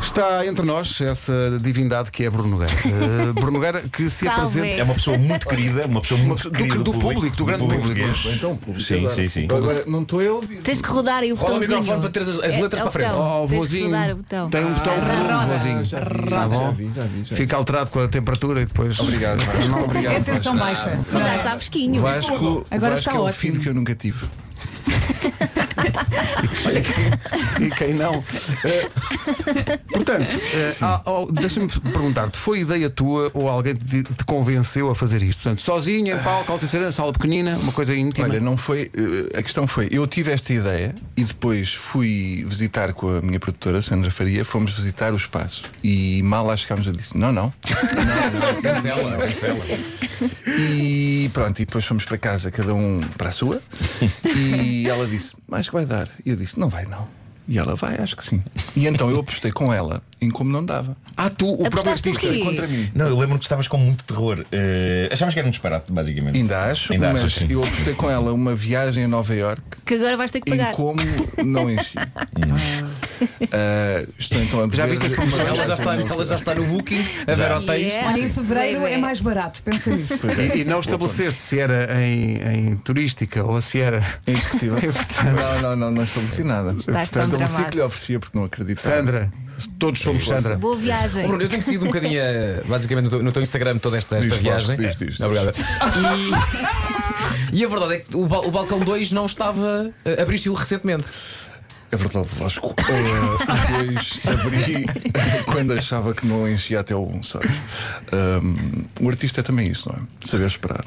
Está entre nós essa divindade que é Bruno Nogueira. Eh, Bruno Nogueira que se Salve. apresenta. É uma pessoa muito querida, uma pessoa muito do- querida do público, do grande público. português. Então, publica Sim, agora. sim, sim. Agora, não estou eu a ouvir. Tens que rodar aí o Fala ao botãozinho. microfone para ter as- as É- letras é o para a frente. botão. Oh, Tens que vozinho. rodar o botão. Tem um botão Ah, volume, vozinho. já vi, Tá bom? já vi, já vi, já vi. Fica alterado com a temperatura e depois. Obrigado, Vasco. Não, obrigado. É tensão baixa. Mas já está fresquinho. Vasco, Agora Vasco está é o ótimo. filho que eu nunca tive. Olha que- E quem não? Eh, portanto, eh, há- há- deixa-me perguntar-te: foi ideia tua ou alguém te, te convenceu a fazer isto? Portanto, sozinho, em palco, Alticeiran, sala pequenina, uma coisa íntima. Olha, não foi. eh, A questão foi, eu tive esta ideia e depois fui visitar com a minha produtora, Sandra Faria, fomos visitar o espaço. E mal lá chegámos, eu disse: não, não. Cancela, cancela. E pronto, e depois fomos para casa, cada um para a sua. E ela disse: Acho que vai dar. E eu disse: Não vai, não. E ela vai, acho que sim. E então eu apostei com ela em como não dava. ah, tu, o próprio Apostaste o artista. quê? Contra mim. Não, eu lembro que estavas com muito terror. Eh, achavas que era um disparate, basicamente. Ainda acho, Ainda mas achas, sim. eu apostei com ela uma viagem a Nova Iorque Que agora vais ter que em pagar. como não enchi. Ah, estou então a Já beber- viste as promoções? Ela já está, ela já no booking, a ver hotéis. Yeah. Olha, em fevereiro Bebê. é mais barato, pensa nisso. E, e não estabeleceste se era em, em turística ou se era. É indiscutível. não, não, não, não estabeleci nada. é Estás tão estabeleci tramado. que lhe oferecia porque não acredito. Sandra, todos somos Sandra. Boa viagem. Oh, Bruno, eu tenho seguido um bocadinho, eh, basicamente, no teu, no teu Instagram toda esta, esta Diz, viagem. Vasco, diz, diz, diz. Obrigado. E, e a verdade é que o, Bal- o Balcão 2 não estava. eh, abriu-se-o recentemente. É verdade, Vasco. Eh, depois abri quando achava que não enchia até o um, sabes? Ahm, o artista é também isso, não é? Saber esperar.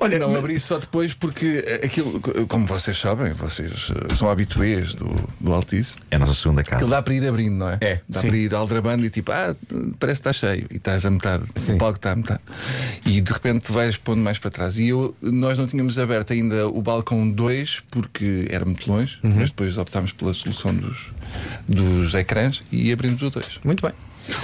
Olha, não abri só depois porque eh, aquilo, como vocês sabem, vocês eh, são habituês do, do Altice. É a nossa segunda casa. Aquilo dá para ir abrindo, não é? É, Dá sim. para ir aldrabando e tipo, ah, parece que está cheio. E estás a metade. Sim. O palco está a metade. E de repente vais pondo mais para trás. E eu, nós não tínhamos aberto ainda o balcão 2 porque era muito longe, Uhum. mas depois optámos pela solução dos, dos ecrãs e abrimos o 2. Muito bem.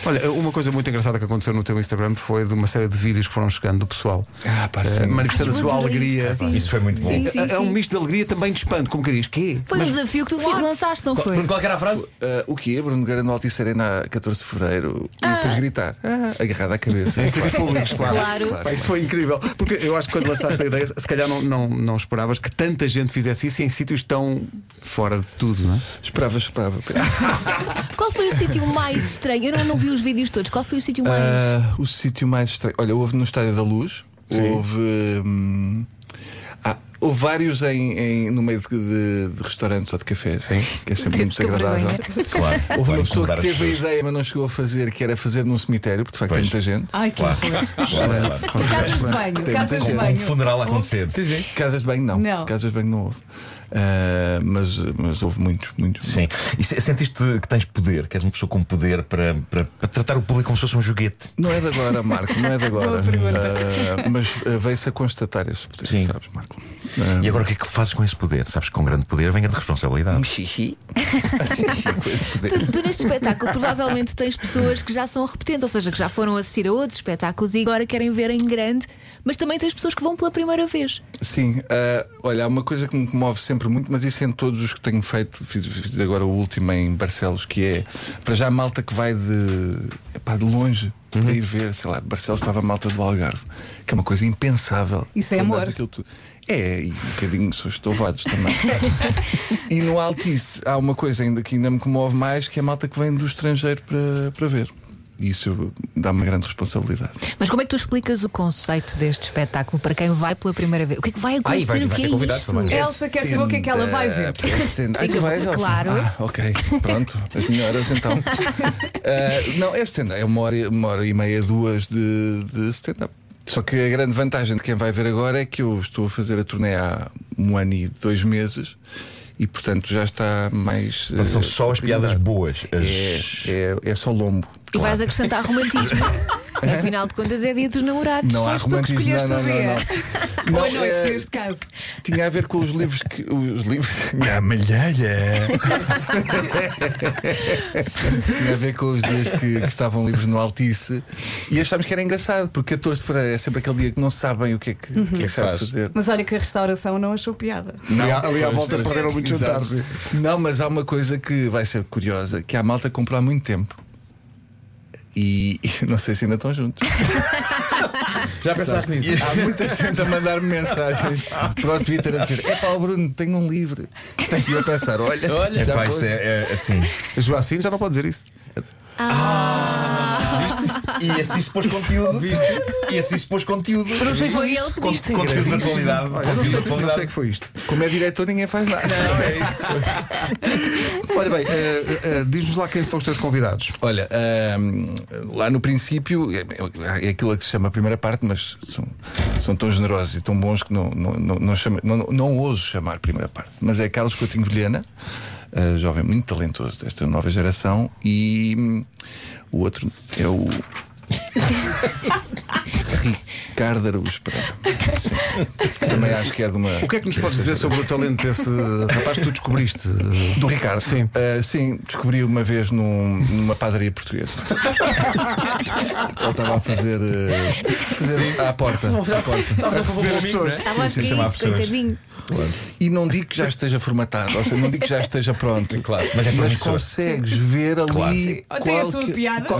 Olha, uma coisa muito engraçada que aconteceu no teu Instagram foi de uma série de vídeos que foram chegando do pessoal. Ah, pá, eh, sim. manifestando a Ai, eu sua adorei alegria. isso, Pá, sim. Isso foi muito bom. Sim, É é um misto de alegria e também de espanto, como que diz? Quê? Foi um desafio que tu lançaste, não foi? Bruno, qual que era a frase? Ah, o que é? Bruno Nogueira no Altice Arena a 14 de Fevereiro e depois gritar, ah, agarrado à cabeça. Em sítios públicos, claro. Claro. Pá, isso foi incrível. Porque eu acho que quando lançaste a ideia, se calhar não, não, não esperavas que tanta gente fizesse isso em sítios tão fora de tudo, não é? Esperava, esperava. Qual foi o sítio mais estranho? Eu não, não vi os vídeos todos. Qual foi o sítio mais. Ah, o sítio mais estranho. Olha, houve no Estádio da Luz, houve. hum, ah, houve vários em, em- no meio de, de- de restaurantes ou de cafés, Sim. que é sempre muito Que desagradável. Claro. Houve Claro, uma pessoa incomodar que as teve a pessoas. ideia, mas não chegou a fazer, que era fazer num cemitério, porque de facto Pois. tem muita gente. Ai, que horror. Claro, claro. Casas de banho, Tem casas de muita Com um banho. funeral a acontecer. Sim, sim. Casas de banho não. Não. Casas de banho não houve. Ah, mas, mas houve muitos, muitos. E se- sentiste que tens poder, que és uma pessoa com poder para, para- para tratar o público como se fosse um joguete. Não é de agora, Marco, não é de agora. Ah, mas ah, veio-se a constatar esse poder, Sim. sabes, Marco? E agora o que é que fazes com esse poder? Sabes que com grande poder vem grande responsabilidade. Hum. xixi. xixi com esse poder. Tu, tu neste espetáculo provavelmente tens pessoas que já são repetentes, ou seja, que já foram assistir a outros espetáculos e agora querem ver em grande, mas também tens pessoas que vão pela primeira vez. Sim, ah, olha, há uma coisa que me comove sempre muito, mas isso é em todos os que tenho feito, fiz, fiz agora o último em Barcelos, que é para já a malta que vai de, epá, de longe para ir ver, sei lá, de Barcelos estava a malta do Algarve, que é uma coisa impensável. Isso é Quando amor. dás aquilo tudo. É, e um bocadinho sou estovados também. e no Altice há uma coisa ainda que ainda me comove mais, que é a malta que vem do estrangeiro para, para ver. E isso dá-me uma grande responsabilidade. Mas como é que tu explicas o conceito deste espetáculo para quem vai pela primeira vez? O que é que vai vai- acontecer? o vais que ter é convidados isto? também. Elsa quer saber o que é que ela vai ver. Ah, tu vais, Elsa? Claro. Ah, ok, pronto, as melhoras então. Ah, não, é stand é uma hora, uma hora e meia, duas de, de stand-up. Só que a grande vantagem de quem vai ver agora é que eu estou a fazer a turnê há um ano e dois meses e, portanto, já está mais. Portanto, São eh, só as piadas boas. As... é, é, é só lombo. E vais acrescentar romantismo. Afinal de contas, é dia dos namorados. Não há Foste tu que romantismo, escolheste não, o não, não, dia. não. Ou Não, a noite, é, neste caso. Tinha a ver com os livros que. Os livros. Na malheia! tinha a ver com os dias que, que estavam livres no Altice e achámos que era engraçado, porque 14 de fevereiro é sempre aquele dia que não sabem o que é que, o que, é que se há de faz? fazer. Mas olha que a restauração não achou piada. Não, Ali à- ali à pois, volta pois. perderam muitos Exato. jantares. Não, mas há uma coisa que vai ser curiosa: que a malta comprou há muito tempo. E, e não sei se ainda estão juntos. Já pensaste nisso? Há muita gente a mandar -me mensagens para o Twitter a dizer: Epá, o Bruno, tenho um livre. Tenho que eu a pensar: olha, Olha, já Epá, foste. isto é, é assim. Joacim já não pode dizer isso. E assim se pôs conteúdo. E assim se pôs conteúdo. Foi ele que Conte- Conteúdo da qualidade. Olha, não, sei, não Conteúdo da sei qualidade. que foi isto. Como é diretor, ninguém faz nada. é Olha bem, eh, eh, eh, diz-nos lá quem são os teus convidados. Olha, ahm, lá no princípio, é, é aquilo que se chama a primeira parte, mas são, são tão generosos e tão bons que não, não, não, não, chama- não- não ouso chamar primeira parte. Mas é Carlos Coutinho Vilhena, ah, jovem muito talentoso desta nova geração, e hum, o outro é o. Ricardo Araújo Pereira. Sim. Que Também acho que é de uma. O que é que nos podes dizer sobre o talento desse rapaz que tu descobriste? Do Ricardo? Sim. Ah, sim, descobri uma vez num- numa padaria portuguesa. Ele estava a fazer. ah, fazer à porta. à porta. Estavas a favor do amigo, não é? Estava aos sim, chamar gritos, pessoas. Tá coitadinho. E não digo que já esteja formatado, ou seja, não digo que já esteja pronto. Claro, mas, mas é promissor. consegues ver ali. Claro. Sim. Ou tem a sua piada. Sim,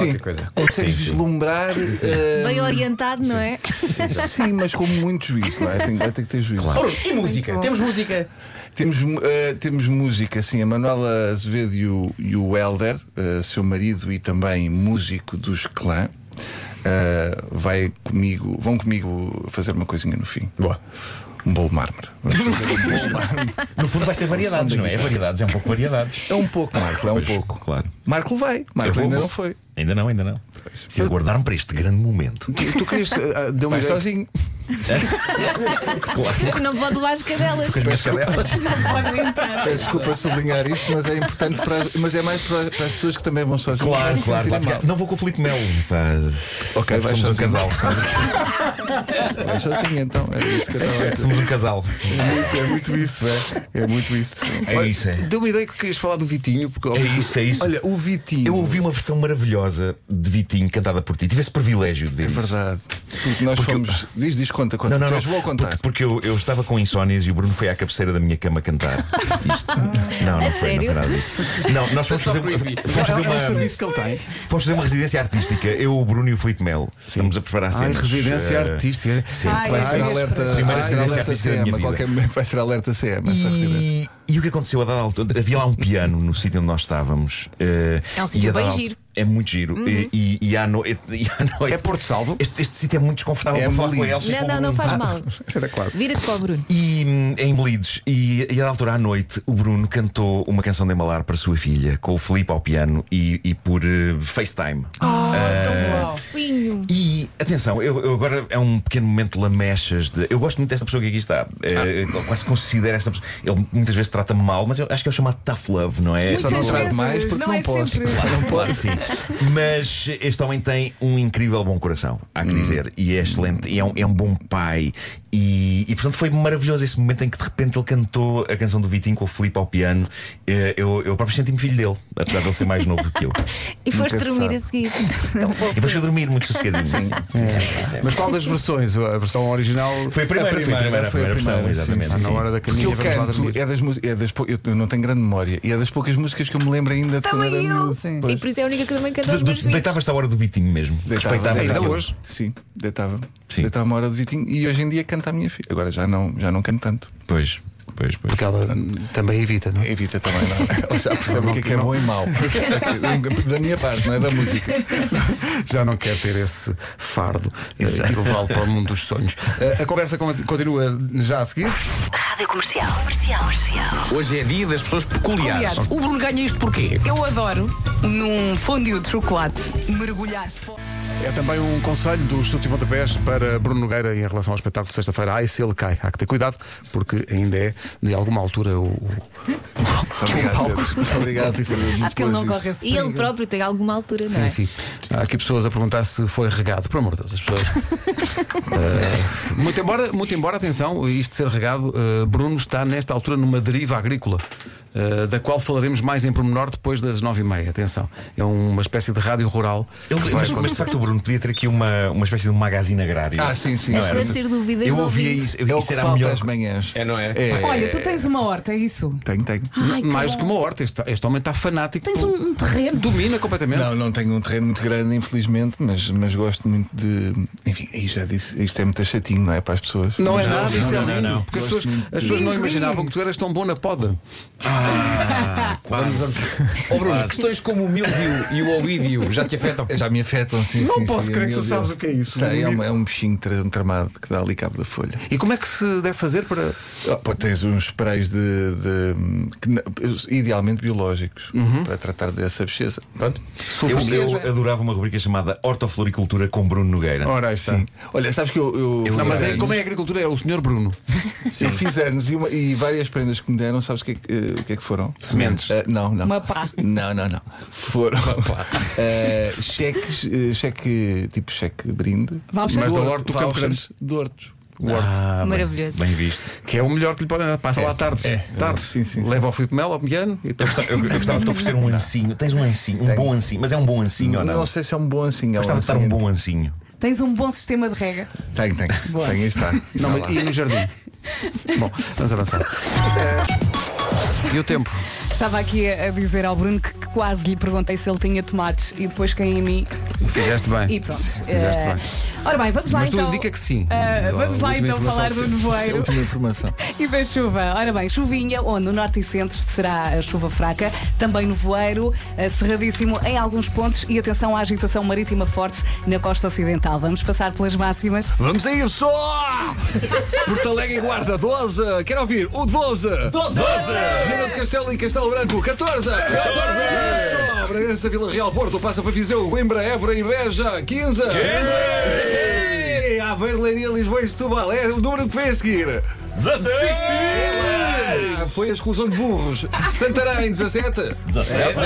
Qualquer coisa. consegues Sim, sim. vislumbrar. ah, Bem orientado, não é? sim, mas com muito juízo, não é? Tem, vai ter que ter juízo. Oh, Bruno, e música? bom. Temos música. Temos, mu- eh, temos música, sim. A Manuela Azevedo e o, e o Helder, eh, seu marido e também músico dos clã, eh, vai comigo, vão comigo fazer uma coisinha no fim. Boa. Um bolo de mármore. No fundo vai ser variedades, não é? É variedades, é um pouco variedades. É um pouco, Marco, é um Pois, pouco. Claro. Marco vai, Eu Marco vou, ainda vou. não foi. Ainda não, ainda não. Se aguardaram para este grande momento. Tu, tu querias. eh, eh, deu uma Vai ideia- sozinho. Se não pode levar as cadelas. Com as minhas cadelas. Peço desculpa sublinhar isto, mas é importante para. Mas é mais para, para as pessoas que também vão sozinhas. Não Claro, se claro, sentirem claro. mal. Não vou com o Filipe Melo. pá. Ok, vai somos um sozinho. casal. Vai sozinho então. É isso que eu estava a dizer. Somos um casal. Muito, é muito isso, é? É muito isso. É isso, é. Deu uma ideia que querias falar do Vitinho, porque É isso, é isso. Olha, o Vitinho. Eu ouvi uma versão maravilhosa de Vitinho cantada por ti. Tive esse privilégio de ver É isso. verdade. Porque nós Porque eu- fomos. Diz, diz, conta, conta. tu és bom a contar. Porque, porque eu, eu estava com insónias e o Bruno foi à cabeceira da minha cama cantar isto. Não, não foi, não foi Ah, sério? um nada disso. Não, nós fomos fazer, que fomos fazer uma, ele tem. fomos fazer uma residência artística. Eu, o Bruno e o Filipe Melo. Estamos a preparar Ai, cenas. residência eh, artística. Sim, Ai, Vai Ai, ser eu ia alerta, esperar. Primeira vai ser residência alerta artística da minha CM. A vida. qualquer momento vai ser alerta CM. essa residência. E, e o que aconteceu a dada altura? Havia lá um piano no sítio onde nós estávamos. eh, É um e sítio a dada bem altura- giro. Uhum. É muito giro. E, e- e à noite. e à noite- É Porto Salvo? Este, este sítio é muito desconfortável É para falar com a Elsa Molinos. e Não, com o não, não Bruno. faz mal. Era quase. Vira-te para o Bruno. E hum, em Melides, e, e à altura à noite, o Bruno cantou uma canção de embalar para a sua filha, com o Filipe ao piano e, e por eh, FaceTime. Oh, Tão fofinho. E atenção, eu, eu agora é um pequeno momento de lamechas. De, eu gosto muito desta pessoa que aqui está. Eh, eu Quase considero esta pessoa. Ele muitas vezes trata-me mal, mas eu acho que é o chamado tough love, não é? Só não Muitas trago vezes, mais porque não não é posso. sempre. Claro, claro, sim. Mas este homem tem um incrível bom coração, há que dizer, e é excelente, e é um, é um bom pai. E, e, portanto foi maravilhoso esse momento em que de repente ele cantou a canção do Vitinho com o Filipe ao piano. Eh, Eu, eu próprio senti-me filho dele, apesar de ele ser mais novo do que eu. E foste se dormir sabe. a seguir. E depois fui dormir muito sossegadinho. Sim, sim, sim, sim. Mas qual das versões? A versão original. Foi a primeira, A foi a primeira, foi primeira a versão, primeira, sim, exatamente. Ah, sim. na hora da Porque caminha eu vamos lá canto, dormir. é das, mu- é das, pou- eu não tenho grande memória e é das poucas músicas que eu me lembro ainda de quando era Também eu. miúdo. Sim. E por isso é a única que também canta Tu- aos meus tu- filhos. Deitavas-te à hora do Vitinho mesmo. Deitava. Respeitavas Ainda aquilo. hoje? Sim, deitava. Sim. Deitava uma hora de Vitinho e hoje em dia canta a minha filha. Agora já não, já não canto tanto. Pois, pois, pois. Porque ela hum, também evita, não é? Evita também, não. Ela já percebe o que é que é bom e mau. Da minha parte, não é da música. Já não quer ter esse fardo eh, e levá-lo para o mundo dos sonhos. Eh, A conversa con- continua já a seguir. Rádio comercial. Comercial. comercial. Hoje é dia das pessoas peculiares. Peculiares. O Bruno ganha isto porquê? Eu adoro, num fondue de chocolate, mergulhar É também um conselho dos Chutes e Pontapés para Bruno Nogueira em relação ao espetáculo de sexta-feira. Ai, se ele cai, há que ter cuidado, porque ainda é, de alguma altura, o, o- o palco Obrigado. Acho que ele não corre esse E ele perigo. próprio tem alguma altura, não é? Sim, sim. Há aqui pessoas a perguntar se foi regado, por amor de Deus, as pessoas. Eh, muito, embora, muito embora, atenção, isto de ser regado, eh, Bruno está nesta altura numa deriva agrícola, eh, da qual falaremos mais em pormenor depois das nove e meia. Atenção, é uma espécie de rádio rural. Ele- mas, mas de facto o Bruno podia ter aqui uma, uma espécie de um magazine agrário. Ah, sim, sim. Não As era? esclarecer dúvidas Eu do ouvia ouvinte. isso, eu, É o isso que era a falta melhor. às manhãs. É, não é? Ah, Olha, tu tens uma horta, é isso? Tenho, tenho. Ai, que mais do que bom. uma horta, este, este homem está fanático. Tens pelo- um, um terreno. Domina completamente. Não, não tenho um terreno muito grande, infelizmente, mas, mas gosto muito de. Enfim, aí já disse, isto é muito chatinho, não é? Para as pessoas. Não é Mas- nada, não, isso é não, não, lindo. não. Porque as Gosto pessoas, muito as pessoas não Diz, imaginavam diz. que tu eras tão bom na poda. Ó Bruno, questões como o Mildio e o Oídio já te afetam? Já me afetam, sim, Não sim. posso sim, crer que meu tu Deus. sabes o que é isso. Sei, é, um, é um bichinho tra- tramado que dá ali cabo da folha. E como é que se deve fazer para. Ah, pô, tens uns sprays de, de- que na- idealmente biológicos para tratar dessa bicheza. Pronto. Eu, eu Surpresa. adorava uma rubrica chamada Hortofloricultura com Bruno Nogueira. é. Ora, aí está. Olha, sabes que eu. eu- Eu Não, mas é, Sim. como é a agricultura? É o senhor Bruno. Eu fiz anos e, uma- e várias prendas que me deram, sabes o que, é que- eh, o que é que foram? Sementes. Eh, não, não. Uma pá. Não, não, não. Foram eh, cheques, eh, cheque, tipo cheque brinde. Vouchers. Mas da Horta do Campo Vouchers de hortos. Ah, bem- Maravilhoso. Bem, visto. Que é o melhor que lhe podem dar. Passa lá tardes. é. tardes. Sim, sim, sim. Leva ao Filipe Melo, ao Piano e tal. Eu, eu gostava de te oferecer um ancinho. Tens um ancinho, um bom ancinho, mas é um bom ancinho ou não? Não sei se é um bom assim. é um Gostava de dar um assim. bom ancinho. Tens um bom sistema de rega. Tem, tem. Tem, está. está Não, lá. mas- e no jardim. Bom, vamos avançar. Eh, E o tempo? Estava aqui a a dizer ao Bruno que, que quase lhe perguntei se ele tinha tomates e depois caí em mim Fizeste bem. e pronto. Fizeste Eh, bem. Ora bem, vamos lá Mas tudo então. indica que sim. eh, A vamos lá última então informação falar que temos. do Essa é a nevoeiro. última informação. E da chuva, ora bem, chuvinha, onde no norte e centro será a chuva fraca, também no voeiro, eh, cerradíssimo em alguns pontos e atenção à agitação marítima forte na costa ocidental. Vamos passar pelas máximas. Vamos a isso! Porto Alegre e Guarda, 12. Quero ouvir o 12. 12! Viana de Castelo e Castelo Branco, 14. 14! Isso! Bragança, Vila Real, Porto, passa para Viseu, Coimbra, Évora e Beja, 15. 15! Aveiro, Leiria, Lisboa e Setúbal, é o número que vem a seguir. 16! Ah, Foi a exclusão de burros. Santarém, 17. 17.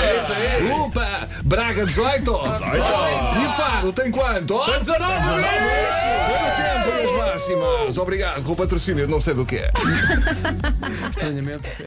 Lupa, Braga, 18. 18. E Faro, tem quanto? Tem 19. Foi o tempo das máximas. Obrigado, com o patrocínio, não sei do que é. Estranhamente.